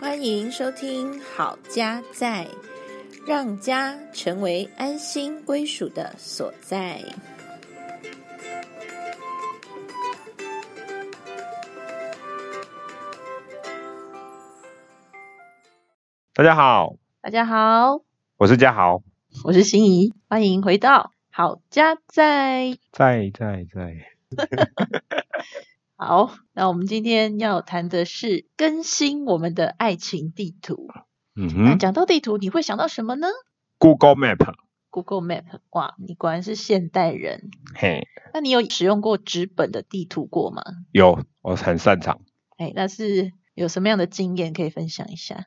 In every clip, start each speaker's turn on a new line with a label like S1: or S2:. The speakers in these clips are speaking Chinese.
S1: 欢迎收听《好家在》，让家成为安心归属的所在。
S2: 大家好，
S1: 大家好，
S2: 我是嘉豪，
S1: 我是心怡，欢迎回到《好家在》。
S2: 在在在，
S1: 好，那我们今天要谈的是更新我们的爱情地图。
S2: 嗯
S1: 那
S2: 哼
S1: 讲到地图，你会想到什么呢
S2: ，Google Map，
S1: ？Google Map，哇，你果然是现代人。
S2: 嘿，
S1: 那你有使用过纸本的地图过吗？
S2: 有，我很擅长。
S1: 哎，那是有什么样的经验可以分享一下？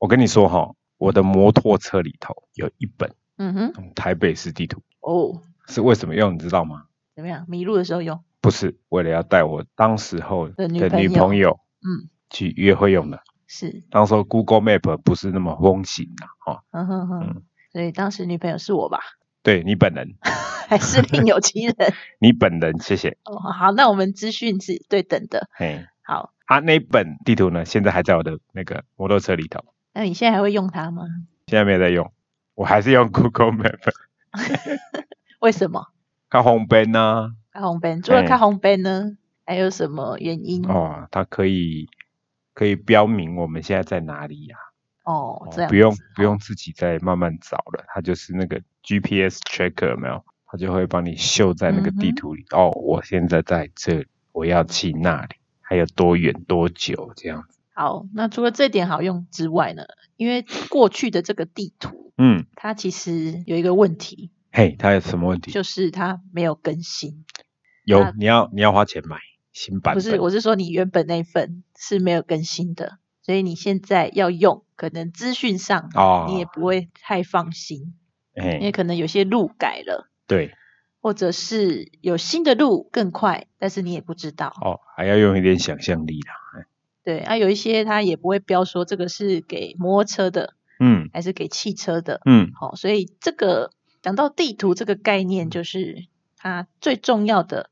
S2: 我跟你说哈，我的摩托车里头有一本
S1: 嗯哼，
S2: 嗯台北市地图，
S1: 哦，
S2: 是为什么用你知道吗？
S1: 怎么样？迷路的时候用？
S2: 不是为了要带我当时候
S1: 的
S2: 的
S1: 女
S2: 女
S1: 朋友
S2: 朋友
S1: 嗯，
S2: 去约会用的。
S1: 是，
S2: 当时候 Google Map 不是那么风行啊，哦，
S1: 嗯哼哼
S2: 嗯。
S1: 所以当时女朋友是我吧？
S2: 对你本人，
S1: 还是另有其人？
S2: 你本人，谢谢。
S1: 哦，好，那我们资讯是对等的。
S2: 嘿，
S1: 好，
S2: 啊，那本地图呢，现在还在我的那个摩托车里头，
S1: 那你现在还会用它吗？
S2: 现在没有在用，我还是用 Google Map。
S1: 为什么？
S2: 看红边呢、
S1: 开红边，除了
S2: 哎
S1: 开红边呢，还有什么原因？
S2: 哦，它可以可以标明我们现在在哪里呀、
S1: 哦，这
S2: 哦
S1: 样
S2: 不用
S1: 子
S2: 不用自己再慢慢找了，它就是那个 GPS tracker 有没有，它就会帮你秀在那个
S1: 嗯
S2: 地
S1: 哼
S2: 图里。哦，我现在在这里，我要去那里，还有多远多久这样子。
S1: 好。那除了这点好用之外呢，因为过去的这个地图，
S2: 嗯，
S1: 它其实有一个问题，
S2: 嘿，它有什么问题？
S1: 就是它没有更新。那
S2: 有你要你要花钱买新版
S1: 不
S2: 本，
S1: 是，我是说你原本那一份是没有更新的，所以你现在要用，可能资讯上
S2: 哦，
S1: 你也不会太放心，因为
S2: 嘿，
S1: 可能有些路改了。
S2: 对
S1: 或者是有新的路更快，但是你也不知道。
S2: 哦，还要用一点想象力啦。
S1: 对啊，有一些它也不会标说这个是给摩托车的，
S2: 嗯
S1: 还是给汽车的。
S2: 嗯，
S1: 好、所以这个讲到地图这个概念，就是它最重要的，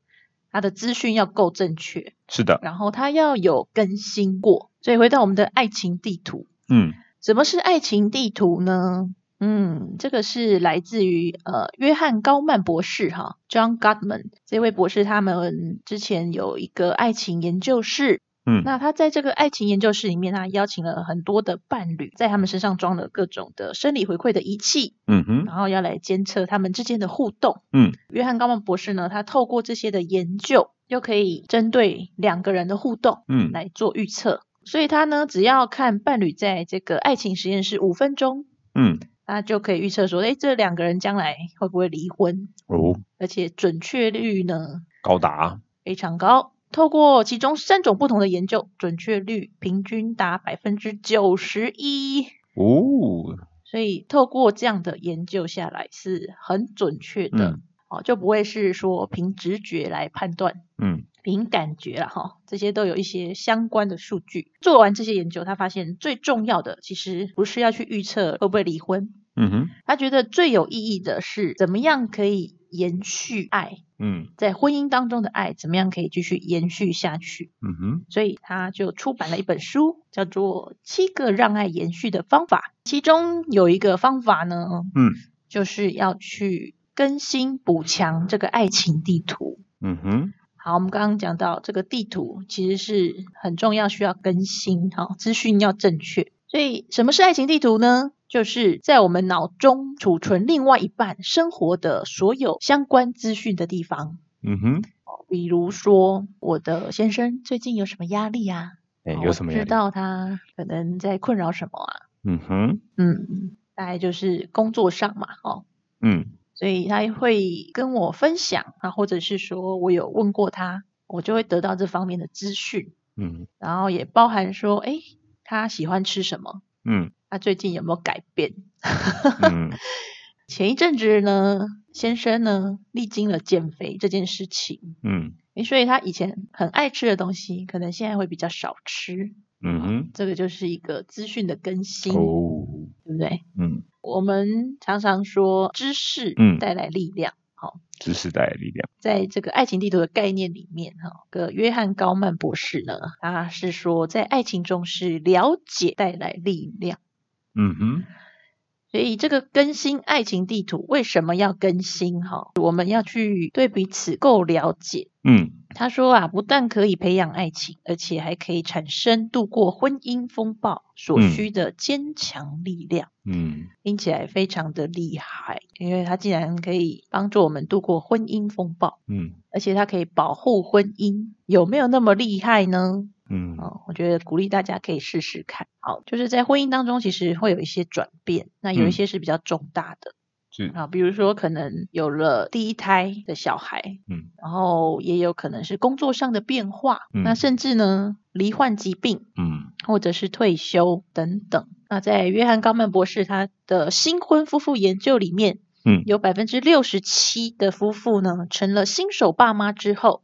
S1: 它的资讯要够正确，
S2: 是的，
S1: 然后它要有更新过。所以回到我们的爱情地图，
S2: 嗯
S1: 什么是爱情地图呢？嗯，这个是来自于呃约翰高曼博士哈，John Gottman 这位博士，他们之前有一个爱情研究室。
S2: 嗯，
S1: 那他在这个爱情研究室里面，他邀请了很多的伴侣，在他们身上装了各种的生理回馈的仪器，
S2: 嗯哼，
S1: 然后要来监测他们之间的互动。
S2: 嗯，
S1: 约翰高曼博士呢，他透过这些的研究，又可以针对两个人的互动，
S2: 嗯
S1: 来做预测。所以他呢，只要看伴侣在这个爱情实验室五分钟，
S2: 嗯，
S1: 他就可以预测说，哎，这两个人将来会不会离婚？
S2: 哦，
S1: 而且准确率呢
S2: 高达，
S1: 非常高。透过其中三种不同的研究，准确率平均达百分之九十一。
S2: 哦，
S1: 所以透过这样的研究下来是很准确的、
S2: 嗯
S1: 哦，就不会是说凭直觉来判断，
S2: 嗯
S1: 凭感觉了哈，这些都有一些相关的数据。做完这些研究，他发现最重要的其实不是要去预测会不会离婚，
S2: 嗯哼，
S1: 他觉得最有意义的是怎么样可以延续爱，
S2: 嗯
S1: 在婚姻当中的爱怎么样可以继续延续下去。
S2: 嗯哼，
S1: 所以他就出版了一本书，叫做《七个让爱延续的方法》，其中有一个方法呢，
S2: 嗯
S1: 就是要去更新补强这个爱情地图。
S2: 嗯哼，
S1: 好，我们刚刚讲到这个地图其实是很重要，需要更新，哈、资讯要正确。所以，什么是爱情地图呢？就是在我们脑中储存另外一半生活的所有相关资讯的地方。
S2: 嗯哼，
S1: 比如说，我的先生最近有什么压力啊？
S2: 哎，
S1: 哦
S2: 有什么
S1: 我知
S2: 压力？
S1: 道他可能在困扰什么啊？
S2: 嗯哼，
S1: 嗯，大概就是工作上嘛，哦，
S2: 嗯
S1: 所以他会跟我分享啊，或者是说我有问过他，我就会得到这方面的资讯，
S2: 嗯
S1: 然后也包含说，哎，他喜欢吃什么？
S2: 嗯
S1: 他最近有没有改变？
S2: 嗯
S1: 前一阵子呢，先生呢历经了减肥这件事情，
S2: 嗯
S1: 诶所以他以前很爱吃的东西，可能现在会比较少吃。
S2: 嗯哼，
S1: 这个就是一个资讯的更新，
S2: 哦，
S1: 对不对？
S2: 嗯
S1: 我们常常说知识
S2: 嗯
S1: 带来力量，好，
S2: 知识带来的力量。
S1: 在这个爱情地图的概念里面，哈，个约翰高曼博士呢，他是说在爱情中是了解带来力量，
S2: 嗯哼，
S1: 所以这个更新爱情地图为什么要更新？哈，我们要去对彼此够了解。
S2: 嗯，
S1: 他说啊，不但可以培养爱情，而且还可以产生度过婚姻风暴所需的坚强力量。
S2: 嗯，
S1: 听起来非常的厉害，因为它竟然可以帮助我们度过婚姻风暴，
S2: 嗯，
S1: 而且它可以保护婚姻，有没有那么厉害呢？
S2: 嗯，
S1: 哦，我觉得鼓励大家可以试试看。好，就是在婚姻当中，其实会有一些转变，那有一
S2: 嗯
S1: 些是比较重大的。
S2: 是，
S1: 啊，比如说可能有了第一胎的小孩，
S2: 嗯，
S1: 然后也有可能是工作上的变化，
S2: 嗯
S1: 那甚至呢罹患疾病
S2: 嗯，
S1: 或者是退休等等。那在约翰高曼博士他的新婚夫妇研究里面，
S2: 嗯
S1: 有百分之六十七的夫妇呢成了新手爸妈之后，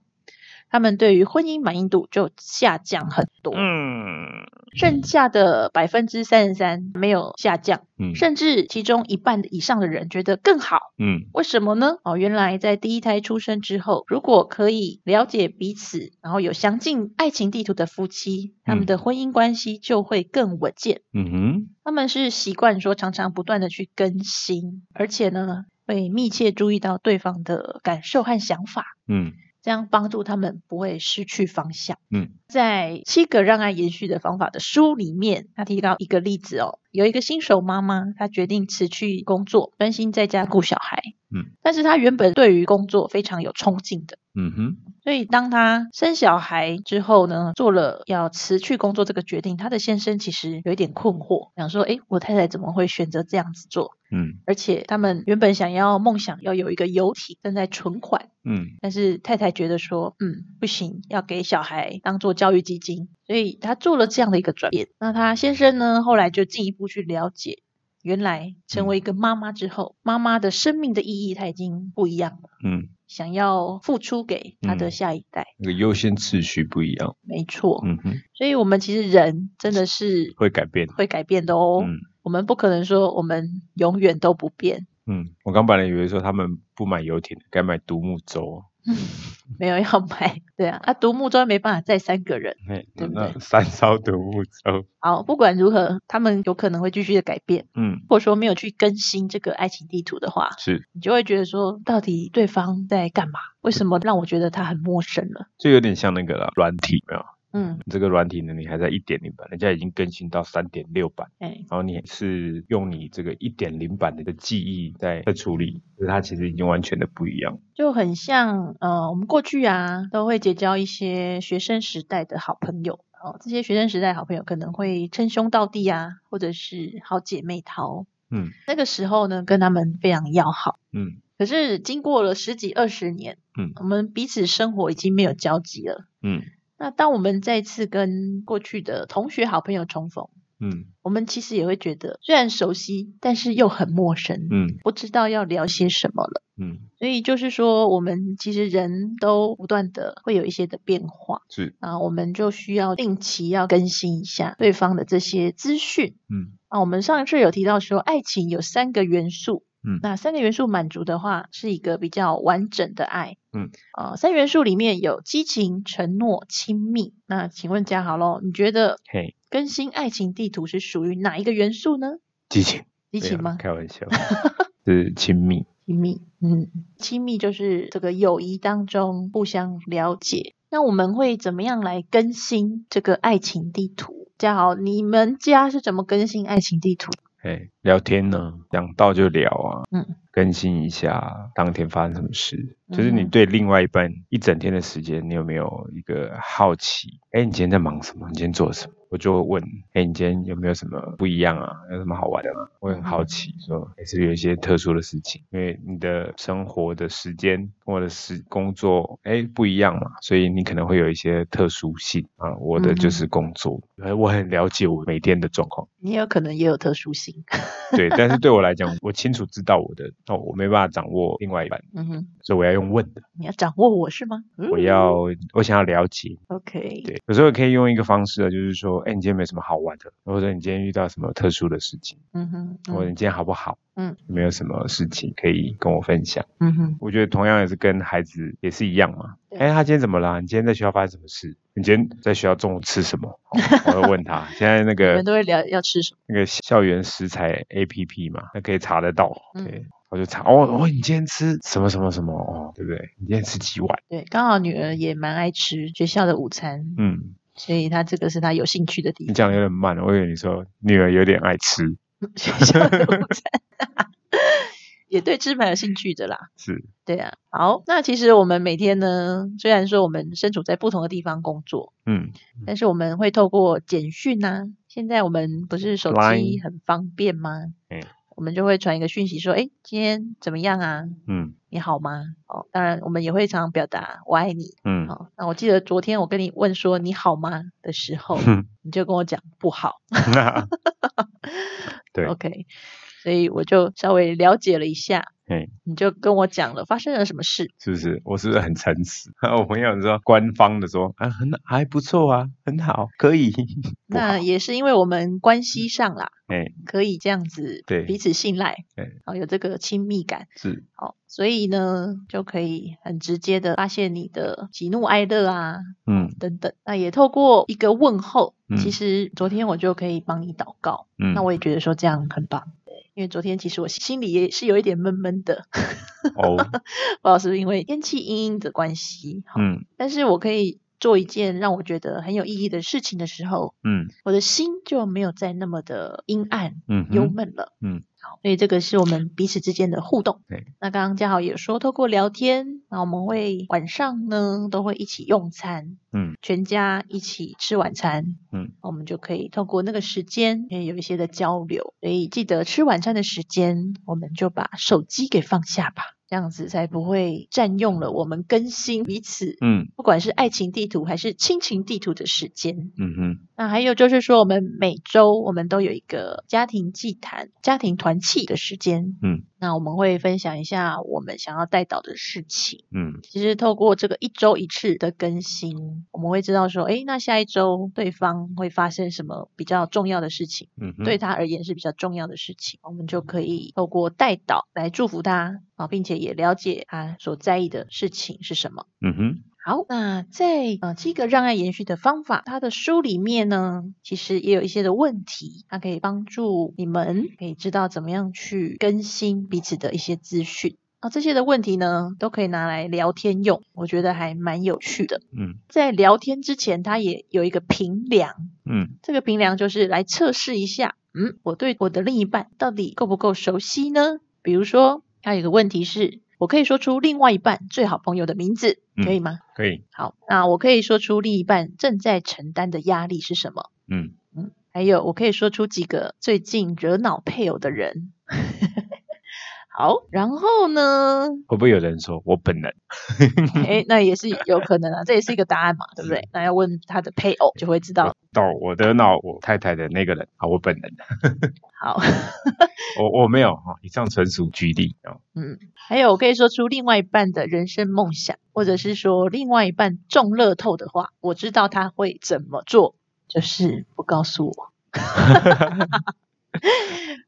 S1: 他们对于婚姻满意度就下降很多，
S2: 嗯，
S1: 剩下的百分之三十三没有下降，
S2: 嗯，
S1: 甚至其中一半以上的人觉得更好。
S2: 嗯，
S1: 为什么呢？哦，原来在第一胎出生之后，如果可以了解彼此，然后有详尽爱情地图的夫妻，他们的婚姻关系就会更稳健。
S2: 嗯哼，
S1: 他们是习惯说常常不断的去更新，而且呢，会密切注意到对方的感受和想法，
S2: 嗯，
S1: 这样帮助他们不会失去方向。
S2: 嗯，
S1: 在七个让爱延续的方法的书里面，他提到一个例子哦，有一个新手妈妈，她决定辞去工作，专心在家顾小孩。
S2: 嗯，
S1: 但是她原本对于工作非常有冲劲的，
S2: 嗯哼，
S1: 所以当她生小孩之后呢，做了要辞去工作这个决定，她的先生其实有一点困惑，想说，诶，我太太怎么会选择这样子做？
S2: 嗯，
S1: 而且他们原本想要梦想要有一个游艇，正在存款，
S2: 嗯，
S1: 但是太太觉得说，嗯，不行，要给小孩当做教育基金，所以她做了这样的一个转变。那她先生呢，后来就进一步去了解，原来成为一个妈妈之后，妈妈的生命的意义她已经不一样了，
S2: 嗯，
S1: 想要付出给她的
S2: 嗯
S1: 下一代，
S2: 那个优先次序不一样。
S1: 没错。
S2: 嗯哼，
S1: 所以我们其实人真的是
S2: 会改变。
S1: 会改变的哦，
S2: 嗯
S1: 我们不可能说我们永远都不变。
S2: 嗯，我刚本来以为说他们不买游艇，改买独木舟。
S1: 没有要买，对啊，啊，独木舟没办法载三个人。
S2: 嘿
S1: 对不
S2: 那
S1: 对
S2: 三艘独木舟。
S1: 好，不管如何，他们有可能会继续的改变。
S2: 嗯，
S1: 如果说没有去更新这个爱情地图的话，
S2: 是，
S1: 你就会觉得说，到底对方在干嘛？为什么让我觉得他很陌生了？
S2: 就有点像那个啦软体有没有，
S1: 嗯，
S2: 这个软体呢，你还在一点零版，人家已经更新到三点六版。
S1: 哎，
S2: 然后你是用你这个一点零版的一个记忆在在处理，就是它其实已经完全的不一样。
S1: 就很像呃，我们过去啊，都会结交一些学生时代的好朋友。哦，这些学生时代好朋友可能会称兄道弟啊，或者是好姐妹淘。
S2: 嗯
S1: 那个时候呢，跟他们非常要好。
S2: 嗯
S1: 可是经过了十几二十年，
S2: 嗯
S1: 我们彼此生活已经没有交集了。
S2: 嗯
S1: 那当我们再次跟过去的同学、好朋友重逢，
S2: 嗯
S1: 我们其实也会觉得虽然熟悉，但是又很陌生，
S2: 嗯
S1: 不知道要聊些什么了。
S2: 嗯，
S1: 所以就是说，我们其实人都不断的会有一些的变化
S2: 是，
S1: 啊，我们就需要定期要更新一下对方的这些资讯。
S2: 嗯
S1: 啊，我们上一次有提到说，爱情有三个元素，
S2: 嗯
S1: 那三个元素满足的话，是一个比较完整的爱，
S2: 嗯，
S1: 呃，三元素里面有激情、承诺、亲密。那请问嘉豪喽，你觉得
S2: 嘿，
S1: 更新爱情地图是属于哪一个元素呢？
S2: 激情，
S1: 激
S2: 没
S1: 情
S2: 有
S1: 吗？
S2: 开玩笑， 是亲密。
S1: 亲密，嗯，亲密就是这个友谊当中互相了解。那我们会怎么样来更新这个爱情地图？嘉豪，你们家是怎么更新爱情地图？
S2: 哎，聊天呢，讲到就聊啊，
S1: 嗯，
S2: 更新一下当天发生什么事，就是你
S1: 嗯哼
S2: 对另外一半一整天的时间，你有没有一个好奇？哎，你今天在忙什么？你今天做了什么？我就问，哎，你今天有没有什么不一样啊？有什么好玩的吗？我很
S1: 嗯
S2: 好奇，说，哎，是不是有一些特殊的事情？因为你的生活的时间或者是工作，哎，不一样嘛，所以你可能会有一些特殊性啊。我的
S1: 嗯哼
S2: 就是工作，哎我很了解我每天的状况。
S1: 你也有可能也有特殊性，
S2: 对，但是对我来讲，我清楚知道我的哦，我没办法掌握另外一半，
S1: 嗯哼，
S2: 所以我要用问的，
S1: 你要掌握我是吗？嗯
S2: 我要我想要了解，
S1: OK，
S2: 对，有时候可以用一个方式啊，就是说，哎、你今天有没有什么好玩的，或者你今天遇到什么特殊的事情，
S1: 嗯哼，
S2: 或者你今天好不好，
S1: 嗯，
S2: 有没有什么事情可以跟我分享？
S1: 嗯哼，
S2: 我觉得同样也是跟孩子也是一样嘛。
S1: 对
S2: 哎、他今天怎么啦？你今天在学校发生什么事？你今天在学校中午吃什么？哦我会问他。现在那
S1: 你
S2: 个
S1: 们都会聊要吃什么？
S2: 那个校园食材 A P P 嘛，那可以查得到。
S1: 嗯
S2: 对，我就查哦哦，你今天吃什么什么什么哦，对不对？你今天吃几碗？
S1: 对，刚好女儿也蛮爱吃学校的午餐，
S2: 嗯，
S1: 所以她这个是她有兴趣的地
S2: 你
S1: 方。
S2: 讲的有点慢，我以为你说女儿有点爱吃，
S1: 学校的午餐， 也对吃蛮有兴趣的啦。
S2: 是
S1: 对啊，好，那其实我们每天呢，虽然说我们身处在不同的地方工作，
S2: 嗯，
S1: 但是我们会透过简讯呐、现在我们不是手机
S2: Line
S1: 很方便吗？
S2: 嗯，
S1: 我们就会传一个讯息说，哎，今天怎么样啊？
S2: 嗯
S1: 你好吗？哦，当然我们也会常表达我爱你。
S2: 嗯，
S1: 哦，那我记得昨天我跟你问说你好吗的时候，
S2: 哼，
S1: 你就跟我讲不好。
S2: 对
S1: OK，所以我就稍微了解了一下，
S2: 嘿，
S1: 你就跟我讲了发生了什么事。
S2: 是不是？我是不是很诚实？ 我朋友说官方的说啊，很还不错啊，很好，可以。不好
S1: 那也是因为我们关系上啦，
S2: 哎，
S1: 可以这样子
S2: 对
S1: 彼此信赖，
S2: 对
S1: 哦，有这个亲密感，
S2: 是，
S1: 好，所以呢就可以很直接的发现你的喜怒哀乐啊
S2: 嗯
S1: 等等。那也透过一个问候，
S2: 嗯
S1: 其实昨天我就可以帮你祷告，
S2: 嗯，
S1: 那我也觉得说这样很棒。对因为昨天其实我心里也是有一点闷闷的，
S2: 哦，
S1: 不知道是不是因为天气阴阴的关系。好，
S2: 嗯
S1: 但是我可以做一件让我觉得很有意义的事情的时候，
S2: 嗯
S1: 我的心就没有再那么的阴暗
S2: 嗯
S1: 忧
S2: 哼，
S1: 闷了。
S2: 嗯，
S1: 好，所以这个是我们彼此之间的互动。
S2: 对，
S1: 那刚刚嘉豪也说，透过聊天，那我们会晚上呢都会一起用餐，
S2: 嗯，
S1: 全家一起吃晚餐，
S2: 嗯，
S1: 我们就可以透过那个时间，可以有一些的交流。所以记得吃晚餐的时间，我们就把手机给放下吧。这样子才不会占用了我们更新彼此，
S2: 嗯
S1: 不管是爱情地图还是亲情地图的时间。
S2: 嗯哼，
S1: 那还有就是说，我们每周我们都有一个家庭祭坛、家庭团契的时间。
S2: 嗯，
S1: 那我们会分享一下我们想要带到的事情。
S2: 嗯
S1: 其实透过这个一周一次的更新，我们会知道说，诶，那下一周对方会发生什么比较重要的事情，
S2: 嗯哼，
S1: 对，他而言是比较重要的事情，我们就可以透过带导来祝福他啊，并且也了解他所在意的事情是什么。
S2: 嗯哼，
S1: 好，那在呃七个让爱延续的方法，它的书里面呢，其实也有一些的问题，它可以帮助你们可以知道怎么样去更新彼此的一些资讯。啊，这些的问题呢，都可以拿来聊天用，我觉得还蛮有趣的。
S2: 嗯
S1: 在聊天之前，它也有一个评量，
S2: 嗯
S1: 这个评量就是来测试一下，嗯，我对我的另一半到底够不够熟悉呢？比如说，它有一个问题是，我可以说出另外一半最好朋友的名字，可以吗？
S2: 可以，
S1: 好，那我可以说出另一半正在承担的压力是什么？
S2: 嗯
S1: 还有，我可以说出几个最近惹恼配偶的人。好，然后呢？
S2: 会不会有人说我本人？
S1: 哎，那也是有可能啊，这也是一个答案嘛，对不对？那要问他的配偶就会知道。
S2: 到我得到我太太的那个人啊，我本人，
S1: 好，
S2: 我我没有哈，以上纯属举例啊，
S1: 嗯，还有我可以说出另外一半的人生梦想，或者是说另外一半中乐透的话，我知道他会怎么做，就是不告诉我。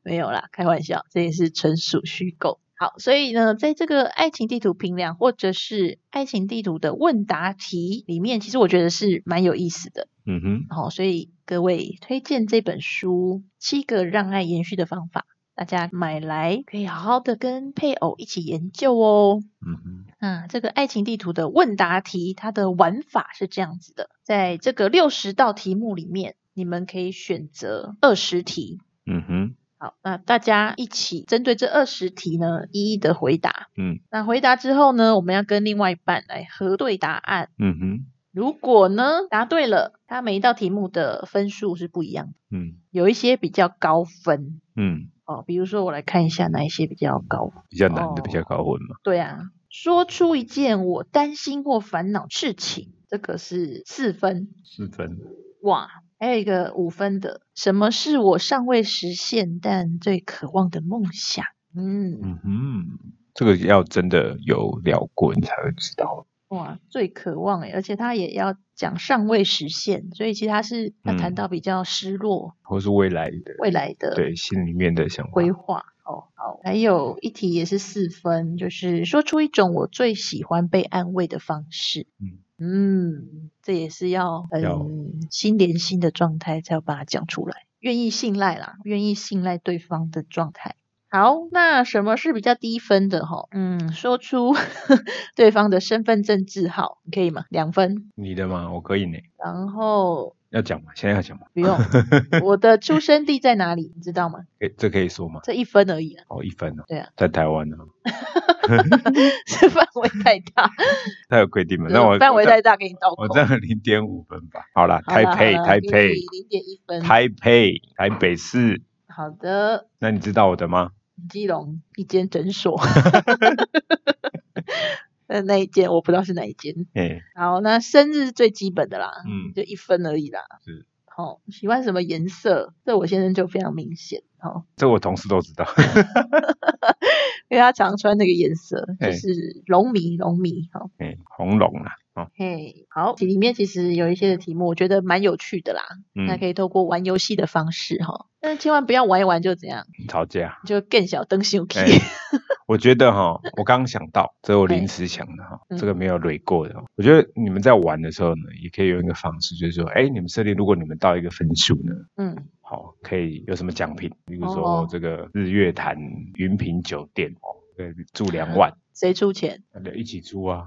S1: 没有啦，开玩笑，这也是纯属虚构。好，所以呢，在这个爱情地图评量或者是爱情地图的问答题里面，其实我觉得是蛮有意思的。
S2: 嗯哼，
S1: 好、所以各位推荐这本书《七个让爱延续的方法》，大家买来可以好好的跟配偶一起研究哦。
S2: 嗯哼，
S1: 那这个爱情地图的问答题，它的玩法是这样子的：在这个六十道题目里面，你们可以选择二十题。
S2: 嗯哼，
S1: 好，那大家一起针对这二十题呢，一一的回答。
S2: 嗯，
S1: 那回答之后呢，我们要跟另外一半来核对答案。
S2: 嗯哼，
S1: 如果呢答对了，它每一道题目的分数是不一样的。
S2: 嗯
S1: 有一些比较高分
S2: 嗯，
S1: 哦，比如说我来看一下哪一些比较高分。
S2: 比较难
S1: 哦
S2: 的比较高分嘛，
S1: 对啊，说出一件我担心或烦恼事情，这个是四分
S2: 四分，
S1: 哇，还有一个五分的，什么是我尚未实现但最渴望的梦想？嗯，
S2: 嗯哼，这个要真的有聊过你才会知道，
S1: 哇，最渴望哎，而且他也要讲尚未实现，所以其实他是要谈
S2: 嗯
S1: 到比较失落、
S2: 或是未来的
S1: 未来的
S2: 对心里面的想法。
S1: 规划。哦，好，还有一题也是四分，就是说出一种我最喜欢被安慰的方式。
S2: 嗯
S1: 嗯这也是要
S2: 要
S1: 很心连心的状态才要把它讲出来，愿意信赖啦，愿意信赖对方的状态。好，那什么是比较低分的哈？嗯，说出 对方的身份证字号，可以吗？两分。
S2: 你的吗？我可以呢，
S1: 然后
S2: 要讲吗？现在要讲吗？
S1: 不用，我的出生地在哪里？你知道吗？
S2: 诶，这可以说吗？
S1: 这一分而已啊，
S2: 哦，一分哦。
S1: 对啊，
S2: 在台湾呢、啊，
S1: 这范围太大。
S2: 它有规定吗？
S1: 对
S2: 那我
S1: 范围
S2: 我这
S1: 太大，给你倒
S2: 我
S1: 扣。
S2: 这样零点五分吧。好啦，
S1: 好
S2: 台
S1: 啦
S2: 北，
S1: 好啦
S2: 台
S1: 给
S2: 北，
S1: 你0.1分
S2: 台北，台北市。
S1: 好的，
S2: 那你知道我的吗？
S1: 基隆一间诊 所，那那一间我不知道是哪一间。
S2: 诶，
S1: 好，那生日是最基本的啦，
S2: 嗯，
S1: 就一分而已啦。
S2: 是。
S1: 好、喜欢什么颜色？这我先生就非常明显哦，
S2: 这我同事都知道。
S1: 因为他常穿那个颜色，就
S2: 嘿
S1: 是龙迷龙迷哈。哦
S2: 诶，红龙啦，哦，
S1: 嘿，好，其里面其实有一些的题目，我觉得蛮有趣的啦，那
S2: 嗯
S1: 可，以透过玩游戏的方式哈、哦，但是千万不要玩一玩就怎样。
S2: 吵架。
S1: 就更小灯修 k
S2: 哎我觉得哈，我刚刚想到，这是我临时想的哈，
S1: 嗯
S2: 这个没有累过的哦。我觉得你们在玩的时候呢，也可以用一个方式，就是说，哎，你们设定，如果你们到一个分数呢，
S1: 嗯，
S2: 好，可以有什么奖品？比如
S1: 哦
S2: 说这个日月潭云品酒店哦，对，住两晚，
S1: 谁出钱？
S2: 那就一起住啊。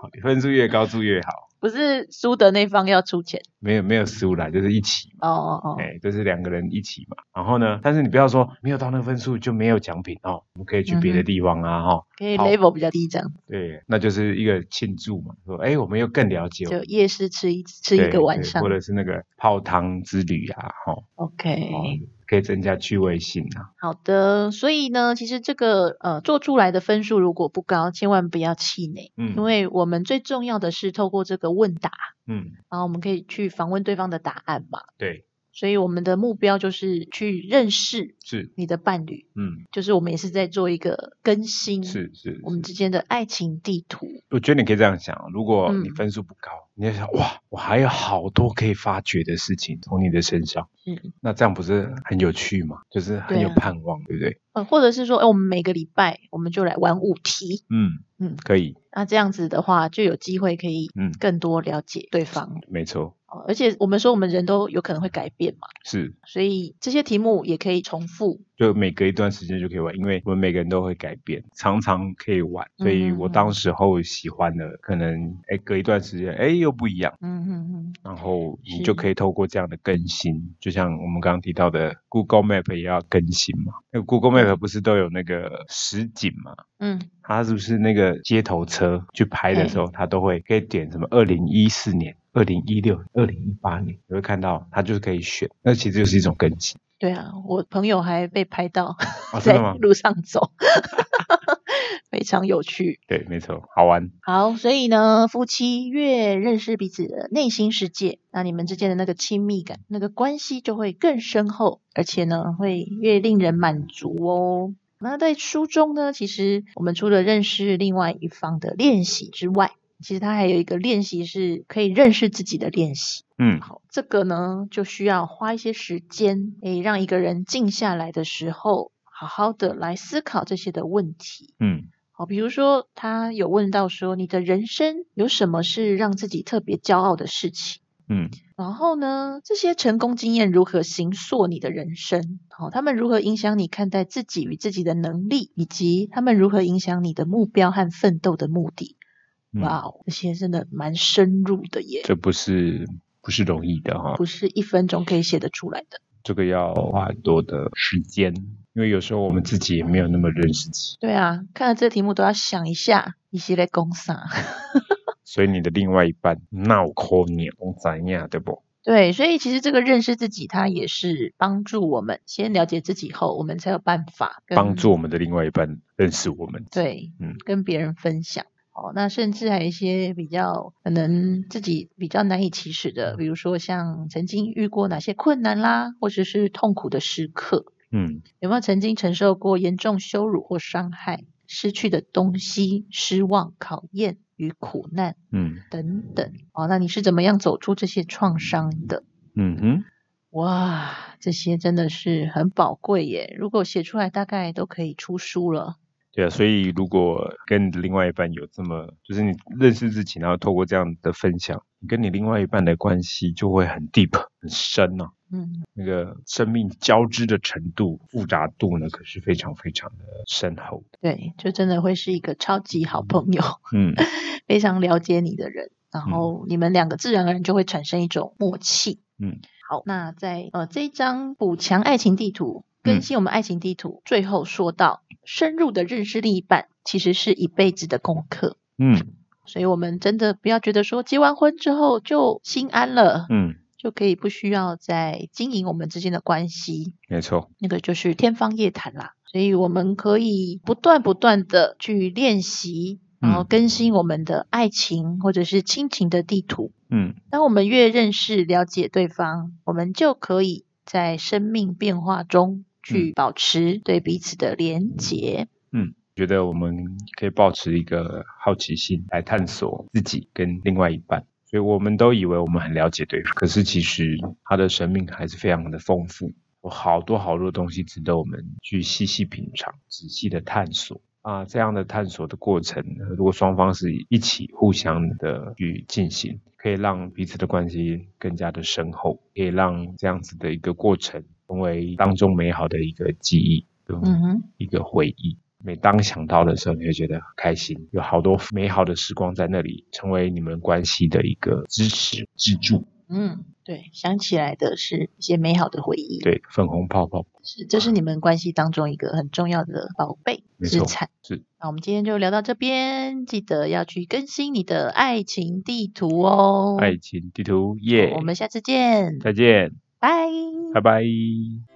S2: 好分数越高住越好，
S1: 不是输的那方要出钱
S2: 没有没有输啦，就是一起嘛，
S1: 哦哦哦，
S2: 哎、就是两个人一起嘛。然后呢，但是你不要说没有到那个分数就没有奖品哦，我们可以去
S1: 嗯
S2: 别的
S1: 哼
S2: 地方啊，哈、
S1: 可以
S2: 好
S1: level 比较低这样，
S2: 对，那就是一个庆祝嘛，说哎，我们又更了解我们，
S1: 就夜市吃一吃一
S2: 对
S1: 个晚
S2: 对
S1: 上
S2: 或者是那个泡汤之旅啊，哈、
S1: ，OK，
S2: 哦，可以增加趣味性啊。
S1: 好的。所以呢，其实这个呃做出来的分数如果不高，千万不要气馁，
S2: 嗯，
S1: 因为我们最重要的是透过这个问答，
S2: 嗯，
S1: 然后我们可以去访问对方的答案嘛。
S2: 对，
S1: 所以我们的目标就是去认识
S2: 是，
S1: 你的伴侣，
S2: 嗯，
S1: 就是我们也是在做一个更新，
S2: 是是
S1: 我们
S2: 是
S1: 之间的爱情地图。
S2: 我觉得你可以这样想，哦如果你
S1: 嗯
S2: 分数不高，你就想哇，我还有好多可以发掘的事情从你的身上，
S1: 嗯，
S2: 那这样不是很有趣吗？就是很
S1: 对
S2: 有
S1: 啊
S2: 盼望，对不对？
S1: 呃，或者是说，哎、我们每个礼拜我们就来玩五题，
S2: 嗯
S1: 嗯
S2: 可以，
S1: 那这样子的话，就有机会可以
S2: 嗯
S1: 更多了解对方、
S2: 没错，
S1: 哦。而且我们说，我们人都有可能会改变嘛，
S2: 是，
S1: 所以这些题目也可以重复。
S2: 就每隔一段时间就可以玩，因为我们每个人都会改变，常常可以玩，所以
S1: 嗯
S2: 我
S1: 嗯嗯
S2: 当时候喜欢的，可能哎隔一段时间哎又不一样。
S1: 嗯嗯嗯，
S2: 然后你
S1: 是
S2: 就可以透过这样的更新，就像我们刚刚提到的 Google Map 也要更新嘛。那个 Google Map 不是都有那个实景嘛？
S1: 嗯，
S2: 它是不是那个街头车去拍的时候，它都会可以点什么二零一四年、二零一六、二零一八年，你会看到它就是可以选。那其实就是一种更新
S1: 对啊，我朋友还被拍到
S2: 哦，真
S1: 在
S2: 的吗？
S1: 路上走， 非常有趣。
S2: 对，没错，好玩。
S1: 好，所以呢，夫妻越认识彼此的内心世界，那你们之间的那个亲密感、那个关系就会更深厚，而且呢，会越令人满足哦。那在书中呢，其实我们除了认识另外一方的练习之外，其实它还有一个练习是可以认识自己的练习。
S2: 嗯，
S1: 好，这个呢，就需要花一些时间，诶，让一个人静下来的时候，好好的来思考这些的问题。
S2: 嗯
S1: 好，比如说他有问到说，你的人生有什么是让自己特别骄傲的事情？
S2: 嗯
S1: 然后呢，这些成功经验如何形塑你的人生？好、他们如何影响你看待自己与自己的能力，以及他们如何影响你的目标和奋斗的目的？
S2: 嗯，
S1: 哇哦，这些真的蛮深入的耶，
S2: 这不是不是容易的哈、
S1: 不是一分钟可以写得出来的。
S2: 这个要花很多的时间，因为有时候我们自己也没有那么认识自己。
S1: 对啊，看了这题目都要想一下，一系列啊攻啥？
S2: 所以你的另外一半闹哭你，我怎样对不？
S1: 对，所以其实这个认识自己，它也是帮助我们先了解自己后，我们才有办法跟
S2: 帮助我们的另外一半认识我们。，
S1: 嗯对，
S2: 嗯
S1: 跟别人分享。哦，那甚至还有一些比较可能自己比较难以启齿的，比如说像曾经遇过哪些困难啦，或者是痛苦的时刻，
S2: 嗯，
S1: 有没有曾经承受过严重羞辱或伤害、失去的东西、失望、考验，与苦难
S2: 嗯
S1: 等等。哦，那你是怎么样走出这些创伤的？
S2: 嗯哼，
S1: 哇，这些真的是很宝贵耶！如果写出来，大概都可以出书了。
S2: 对啊，所以如果跟你的另外一半有这么，就是你认识自己，然后透过这样的分享，你跟你另外一半的关系就会很 deep 很深哦、
S1: 嗯，
S2: 那个生命交织的程度、复杂度呢，可是非常非常的 深厚。
S1: 对，就真的会是一个超级好朋友，
S2: 嗯，
S1: 非常了解你的人，然后你们两个自然而然就会产生一种默契。
S2: 嗯，
S1: 好，那在呃这一章补强爱情地图，更新我们爱情地图，最后说到深入的认识另一半，其实是一辈子的功课。
S2: 嗯
S1: 所以，我们真的不要觉得说结完婚之后就心安了，
S2: 嗯，
S1: 就可以不需要再经营我们之间的关系，
S2: 没错，
S1: 那个就是天方夜谭啦。所以我们可以不断不断的去练习，然后
S2: 嗯
S1: 更新我们的爱情或者是亲情的地图。
S2: 嗯
S1: 当我们越认识、了解对方，我们就可以在生命变化中去保持对彼此的连结。
S2: 嗯，觉得我们可以保持一个好奇心来探索自己跟另外一半。所以我们都以为我们很了解对方，可是其实他的生命还是非常的丰富，有好多好多东西值得我们去细细品尝、仔细的探索。啊，这样的探索的过程，呃如果双方是一起互相的去进行，可以让彼此的关系更加的深厚，可以让这样子的一个过程成为当中美好的一个记忆，跟
S1: 嗯哼，
S2: 一个回忆。每当想到的时候，你会觉得很开心，有好多美好的时光在那里，成为你们关系的一个支持支柱。
S1: 嗯，对，想起来的是一些美好的回忆。
S2: 对，粉红泡泡
S1: 是，这是你们关系当中一个很重要的宝贝
S2: 没
S1: 资
S2: 错
S1: 产。
S2: 是，
S1: 那我们今天就聊到这边，记得要去更新你的爱情地图哦。
S2: 爱情地图耶
S1: 我们下次见，
S2: 再见，
S1: 拜。
S2: 拜拜。